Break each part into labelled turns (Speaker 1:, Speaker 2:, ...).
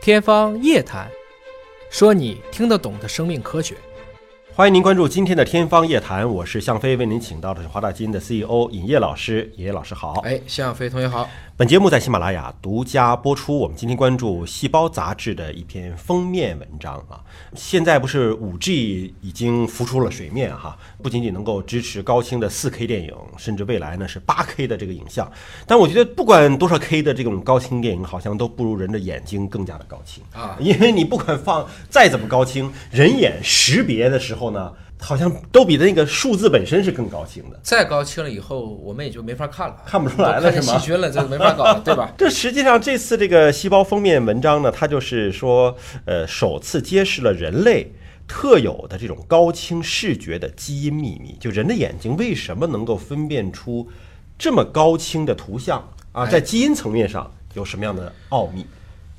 Speaker 1: 天方夜谭，说你听得懂的生命科学。
Speaker 2: 欢迎您关注今天的《天方夜谭》，我是向飞，为您请到的是华大基因的 CEO 尹烨老师。尹烨老师好，
Speaker 1: 哎，向飞同学好。
Speaker 2: 本节目在喜马拉雅独家播出。我们今天关注《细胞》杂志的一篇封面文章啊。现在不是 5G 已经浮出了水面哈、不仅仅能够支持高清的 4K 电影，甚至未来呢是 8K 的这个影像。但我觉得不管多少 K 的这种高清电影，好像都不如人的眼睛更加的高清
Speaker 1: 啊
Speaker 2: 因为你不管放再怎么高清，人眼识别的时候呢，好像都比那个数字本身是更高清的。
Speaker 1: 再高清了以后，我们也就没法看了，
Speaker 2: 看不出来了
Speaker 1: 都看见
Speaker 2: 是吗
Speaker 1: 细菌了，这没法搞 了，对吧？
Speaker 2: 这实际上这次这个细胞封面文章呢，它就是说，呃，首次揭示了人类特有的这种高清视觉的基因秘密。就人的眼睛为什么能够分辨出这么高清的图像啊？在基因层面上有什么样的奥秘？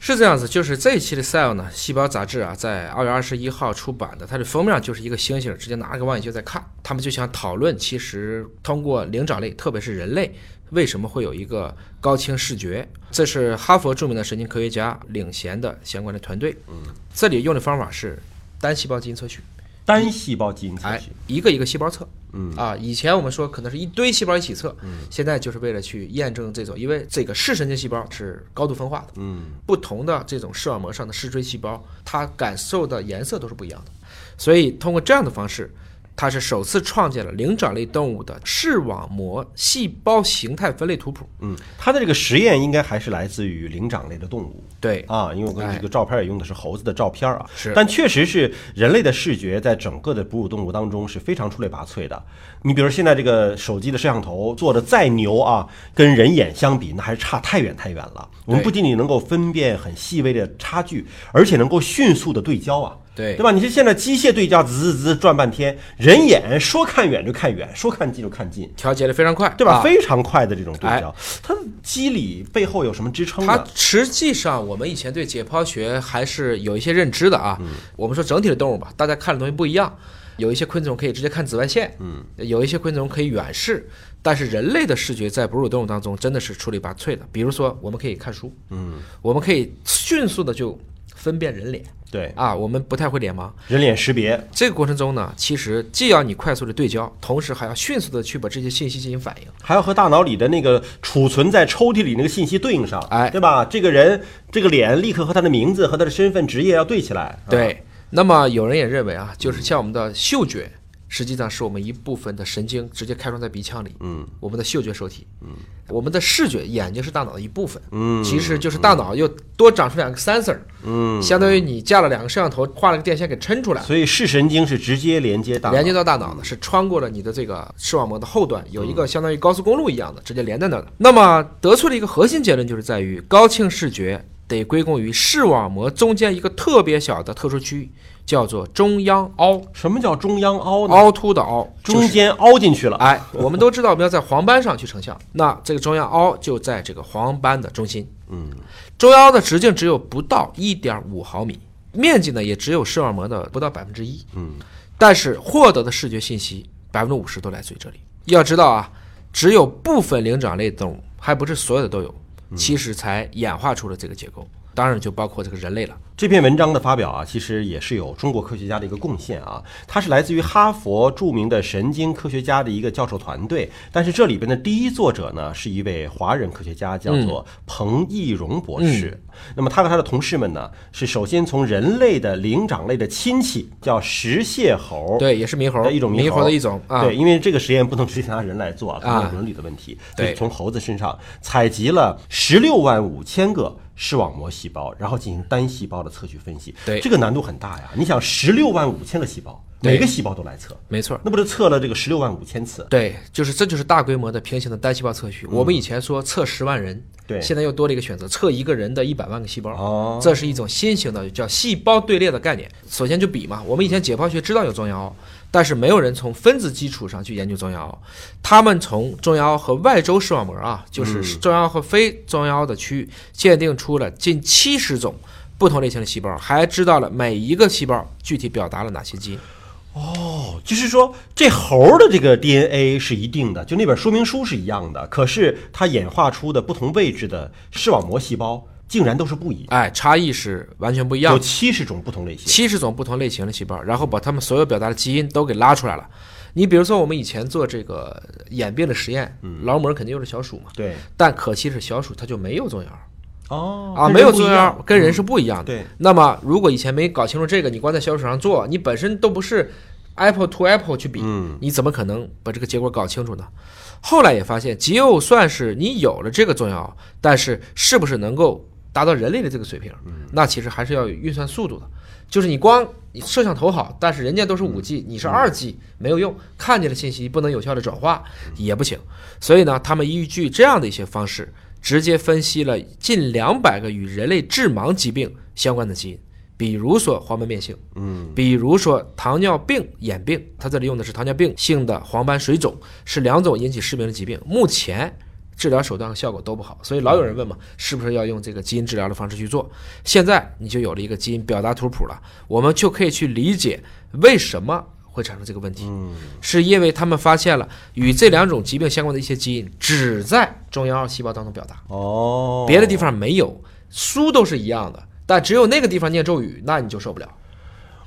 Speaker 1: 是这样子，就是这一期的《Cell》呢，《细胞》杂志啊，在二月二十一号出版的，它的封面就是一个猩猩直接拿了个望远镜在看，他们就想讨论，其实通过灵长类，特别是人类，为什么会有一个高清视觉？这是哈佛著名的神经科学家领衔的相关的团队，嗯，这里用的方法是单细胞基因测序，
Speaker 2: 单细胞基因测
Speaker 1: 哎
Speaker 2: 序，，
Speaker 1: 一个一个细胞测，嗯啊，以前我们说可能是一堆细胞一起测，嗯，现在就是为了去验证这种，因为这个视神经细胞是高度分化的，
Speaker 2: 嗯，
Speaker 1: 不同的这种视网膜上的视锥细胞，它感受的颜色都是不一样的，所以通过这样的方式，它是首次创建了灵长类动物的视网膜细胞形态分类图谱，
Speaker 2: 嗯，它的这个实验应该还是来自于灵长类的动物。
Speaker 1: 对，
Speaker 2: 啊，因为我跟
Speaker 1: 哎
Speaker 2: 这个照片也用的是猴子的照片啊，
Speaker 1: 是
Speaker 2: 但确实是人类的视觉在整个的哺乳动物当中是非常出类拔萃的。你比如现在这个手机的摄像头做的再牛啊，跟人眼相比，那还是差太远太远了。我们
Speaker 1: 对
Speaker 2: 不仅仅能够分辨很细微的差距，而且能够迅速的对焦啊。
Speaker 1: 对
Speaker 2: 对吧？你是现在机械对焦，滋滋滋转半天，人眼说看远就看远，说看近就看近，
Speaker 1: 调节的非常快，
Speaker 2: 对吧？
Speaker 1: 啊
Speaker 2: 非常快的这种对
Speaker 1: 哎
Speaker 2: 焦，它的机理背后有什么支撑呢？
Speaker 1: 它实际上，我们以前对解剖学还是有一些认知的啊。我们说整体的动物吧，大家看的东西不一样，有一些昆虫可以直接看紫外线，嗯，有一些昆虫可以远视，但是人类的视觉在哺乳动物当中真的是出类拔萃的。比如说，我们可以看书，嗯，我们可以迅速的就分辨人脸
Speaker 2: 对，
Speaker 1: 啊，我们不太会脸盲。
Speaker 2: 人脸识别。
Speaker 1: 这个过程中呢，其实既要你快速的对焦，同时还要迅速的去把这些信息进行反应。
Speaker 2: 还要和大脑里的那个储存在抽屉里那个信息对应上，
Speaker 1: 哎
Speaker 2: 对吧？这个人这个脸立刻和他的名字和他的身份、职业要对起来。啊，
Speaker 1: 对，那么有人也认为啊，就是像我们的嗅觉，实际上是我们一部分的神经直接开创在鼻腔里，嗯，我们的嗅觉受体，嗯，我们的视觉，眼睛是大脑的一部分，嗯，其实就是大脑又多长出两个 sensor，嗯，相当于你架了两个摄像头，画了个电线给抻出来。
Speaker 2: 所以视神经是直接连接大脑，
Speaker 1: 连接到大脑的是穿过了你的这个视网膜的后端，有一
Speaker 2: 嗯
Speaker 1: 个相当于高速公路一样的直接连在那儿的。那么得出的一个核心结论就是在于，高清视觉得归功于视网膜中间一个特别小的特殊区域，叫做中央凹，
Speaker 2: 什么叫中央凹呢？
Speaker 1: 凹凸的凹，
Speaker 2: 中间凹进去了。
Speaker 1: 哎，我们都知道我们要在黄斑上去成像， 那这个中央凹就在这个黄斑的中心。嗯，中央凹的直径只有不到一点五毫米，面积呢也只有视网膜的不到百分之一。嗯，但是获得的视觉信息百分之五十都来自于这里。要知道啊，只有部分灵长类动物，还不是所有的都有，其实才演化出了这个结构。当然就包括这个人类了。
Speaker 2: 这篇文章的发表啊，其实也是有中国科学家的一个贡献啊，它是来自于哈佛著名的神经科学家的一个教授团队，但是这里边的第一作者呢，是一位华人科学家，叫做彭义荣博士。那么他和他的同事们呢，是首先从人类的灵长类的亲戚叫石蟹猴，
Speaker 1: 对，也是猕猴，
Speaker 2: 一种
Speaker 1: 猕
Speaker 2: 猕
Speaker 1: 哦猴的一种啊。
Speaker 2: 对，因为这个实验不能直接拿人来做啊，可能
Speaker 1: 啊
Speaker 2: 有伦理的问题，
Speaker 1: 对
Speaker 2: 就是从猴子身上采集了十六万五千个视网膜细胞，然后进行单细胞的测序分析。
Speaker 1: 对
Speaker 2: 这个难度很大呀！你想，十六万五千个细胞，
Speaker 1: 对
Speaker 2: 每个细胞都来测，
Speaker 1: 没错。
Speaker 2: 那不是测了这个十六万五千次？
Speaker 1: 对，就是这就是大规模的平行的单细胞测序。我们以前说测十万人，
Speaker 2: 嗯对
Speaker 1: 现在又多了一个选择，测一个人的一百万个细胞。
Speaker 2: 哦，
Speaker 1: 这是一种新型的叫细胞队列的概念。首先就比嘛，我们以前解剖学知道有中央凹，但是没有人从分子基础上去研究中央凹。他们从中央凹和外周视网膜啊，就是
Speaker 2: 嗯
Speaker 1: 中央凹和非中央凹的区域，鉴定出了近七十种不同类型的细胞，还知道了每一个细胞具体表达了哪些基因。
Speaker 2: 哦就是说这猴的这个 DNA 是一定的，就那本说明书是一样的，可是它演化出的不同位置的视网膜细胞竟然都是不一，
Speaker 1: 哎，差异是完全不一样
Speaker 2: 有
Speaker 1: 的，
Speaker 2: 七十种不同类型。
Speaker 1: 七十种不同类型的细胞，然后把它们所有表达的基因都给拉出来了。你比如说，我们以前做这个眼病的实验，劳模肯定用的小鼠嘛，
Speaker 2: 对，
Speaker 1: 但可惜是小鼠它就没有纵眼儿
Speaker 2: 哦
Speaker 1: 啊，没有纵眼儿，跟人是不一样嗯的。
Speaker 2: 对，
Speaker 1: 那么如果以前没搞清楚这个，你光在小鼠上做，你本身都不是 apple to apple 去比，
Speaker 2: 嗯
Speaker 1: 你怎么可能把这个结果搞清楚呢？后来也发现，就算是你有了这个重要，但是是不是能够达到人类的这个水平，那其实还是要有运算速度的。就是你光你摄像头好，但是人家都是五 G，你是二 G 没有用，看见的信息不能有效的转化也不行。所以呢，他们依据这样的一些方式，直接分析了近两百个与人类致盲疾病相关的基因，比如说黄斑变性，
Speaker 2: 嗯，
Speaker 1: 比如说糖尿病眼病，它这里用的是糖尿病性的黄斑水肿，是两种引起失明的疾病。目前治疗手段和效果都不好，所以老有人问嘛，是不是要用这个基因治疗的方式去做？现在你就有了一个基因表达图谱了，我们就可以去理解为什么会产生这个问题。是因为他们发现了与这两种疾病相关的一些基因只在中央二细胞当中表达，
Speaker 2: 哦，
Speaker 1: 别的地方没有。书都是一样的，但只有那个地方念咒语，那你就受不了。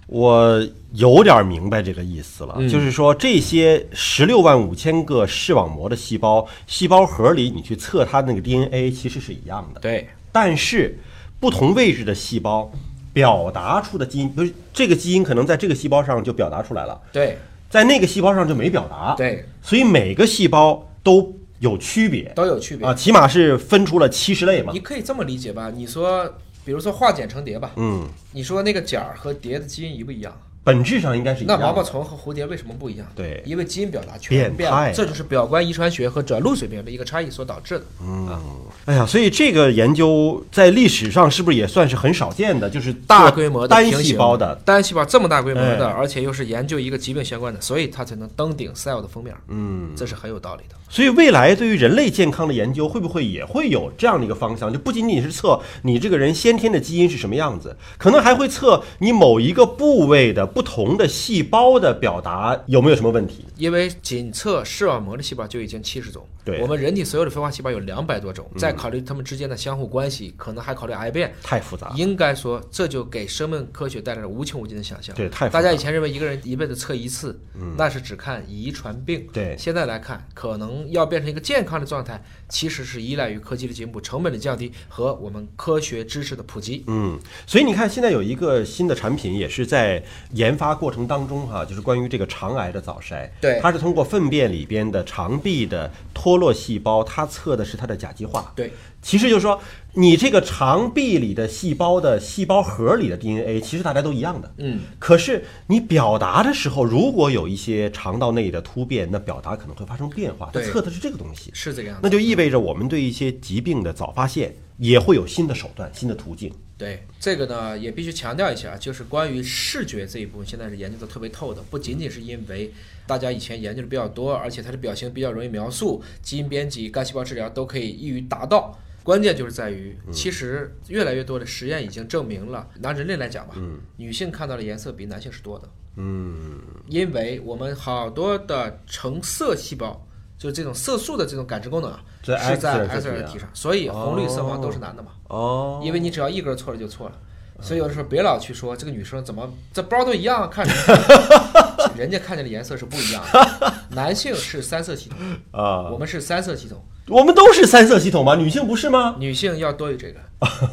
Speaker 2: 我有点明白这个意思
Speaker 1: 嗯
Speaker 2: 了，就是说这些十六万五千个视网膜的细胞，细胞核里你去测它那个 DNA 其实是一样的，
Speaker 1: 对，
Speaker 2: 但是不同位置的细胞表达出的基因，不是这个基因可能在这个细胞上就表达出来了，
Speaker 1: 对，
Speaker 2: 在那个细胞上就没表达，
Speaker 1: 对，
Speaker 2: 所以每个细胞都有区别
Speaker 1: 都有区别。
Speaker 2: 啊，起码是分出了七十类嘛
Speaker 1: 你，可以这么理解吧？你说，比如说化茧成蝶吧，
Speaker 2: 嗯，
Speaker 1: 你说那个茧儿和蝶的基因一不一样？
Speaker 2: 本质上应该是一
Speaker 1: 那
Speaker 2: 样的，
Speaker 1: 毛毛虫和蝴蝶为什么不一样？
Speaker 2: 对
Speaker 1: 因为基因表达全变
Speaker 2: 变态
Speaker 1: 了，这就是表观遗传学和转录水平的一个差异所导致的。嗯
Speaker 2: 哎呀，所以这个研究在历史上是不是也算是很少见的？就是
Speaker 1: 大
Speaker 2: 做
Speaker 1: 规模的
Speaker 2: 单
Speaker 1: 平
Speaker 2: 细
Speaker 1: 行
Speaker 2: 胞的，
Speaker 1: 单细胞这么大规模的，
Speaker 2: 哎
Speaker 1: 而且又是研究一个疾病相关的，所以它才能登顶 Cell 的封面。嗯，这是很有道理的。
Speaker 2: 所以未来对于人类健康的研究会不会也会有这样的一个方向？就不仅仅是测你这个人先天的基因是什么样子，可能还会测你某一个部位的不同的细胞的表达有没有什么问题。
Speaker 1: 因为仅测视网膜的细胞就已经七十种，
Speaker 2: 对嗯
Speaker 1: 我们人体所有的分化细胞有两百多种，再考虑它们之间的相互关系，可能还考虑癌变。
Speaker 2: 太复杂了，
Speaker 1: 应该说，这就给生命科学带来了无穷无尽的想象。
Speaker 2: 对太复杂嗯
Speaker 1: 大家以前认为一个人一辈子测一次，那是只看遗传病。
Speaker 2: 对
Speaker 1: 现在来看，可能要变成一个健康的状态，其实是依赖于科技的进步、成本的降低和我们科学知识的普及。
Speaker 2: 嗯，所以你看，现在有一个新的产品也是在研发过程当中哈、就是关于这个肠癌的早筛。
Speaker 1: 对
Speaker 2: 它是通过粪便里边的肠壁的脱落细胞，它测的是它的甲基化。
Speaker 1: 对，
Speaker 2: 其实就是说，你这个肠壁里的细胞的细胞核里的 DNA，其实大家都一样的。
Speaker 1: 嗯，
Speaker 2: 可是你表达的时候，如果有一些肠道内的突变，那表达可能会发生变化。它
Speaker 1: 对
Speaker 2: 测的是这个东西，
Speaker 1: 是这个样子。
Speaker 2: 那就意味着我们对一些疾病的早发现也会有新的手段、新的途径。
Speaker 1: 对这个呢，也必须强调一下，就是关于视觉这一部分，现在是研究的特别透的，不仅仅是因为大家以前研究的比较多，而且它的表情比较容易描述，基因编辑、干细胞治疗都可以易于达到。关键就是在于，其实越来越多的实验已经证明了，拿人类来讲吧，女性看到的颜色比男性是多的。嗯因为我们好多的橙色细胞，就是这种色素的这种感知功能啊，
Speaker 2: 在
Speaker 1: 是在
Speaker 2: X 染
Speaker 1: X
Speaker 2: 色体啊
Speaker 1: 染体上，所以红、绿、色、黄都是男的嘛。
Speaker 2: 哦，嗯
Speaker 1: 因为你只要一根错了就错了。所以有的时候别老去说这个女生怎么这包都一样啊， 看什么？人家看见的颜色是不一样 的。男性是三色系统，
Speaker 2: 啊，
Speaker 1: 我们是三色系统，
Speaker 2: 我们都是三色系统吗？女性不是吗？
Speaker 1: 女性要多于 这个。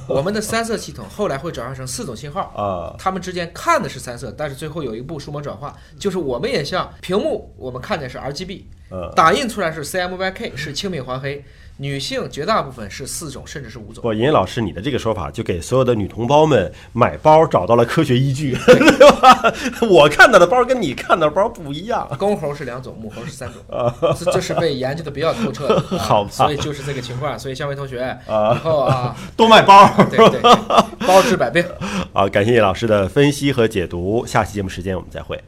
Speaker 1: 我们的三色系统后来会转化成四种信号，
Speaker 2: 啊，
Speaker 1: 它们之间看的是三色，但是最后有一步数码转化，就是我们也像屏幕，我们看见是 RGB，
Speaker 2: 呃，
Speaker 1: 打印出来是 CMYK，是青闵黄黑。女性绝大部分是四种甚至是五种。
Speaker 2: 不，尹老师，你的这个说法就给所有的女同胞们买包找到了科学依据， 对吧？我看到的包跟你看到的包不一样。
Speaker 1: 啊公猴是两种，母猴是三 种，这这是被研究的比较透彻的，啊
Speaker 2: 啊好吧
Speaker 1: 所以就是这个情况，所以向威同学以后啊，
Speaker 2: 多卖包
Speaker 1: 对对对，包治百病。
Speaker 2: 啊！感谢尹老师的分析和解读，下期节目时间我们再会。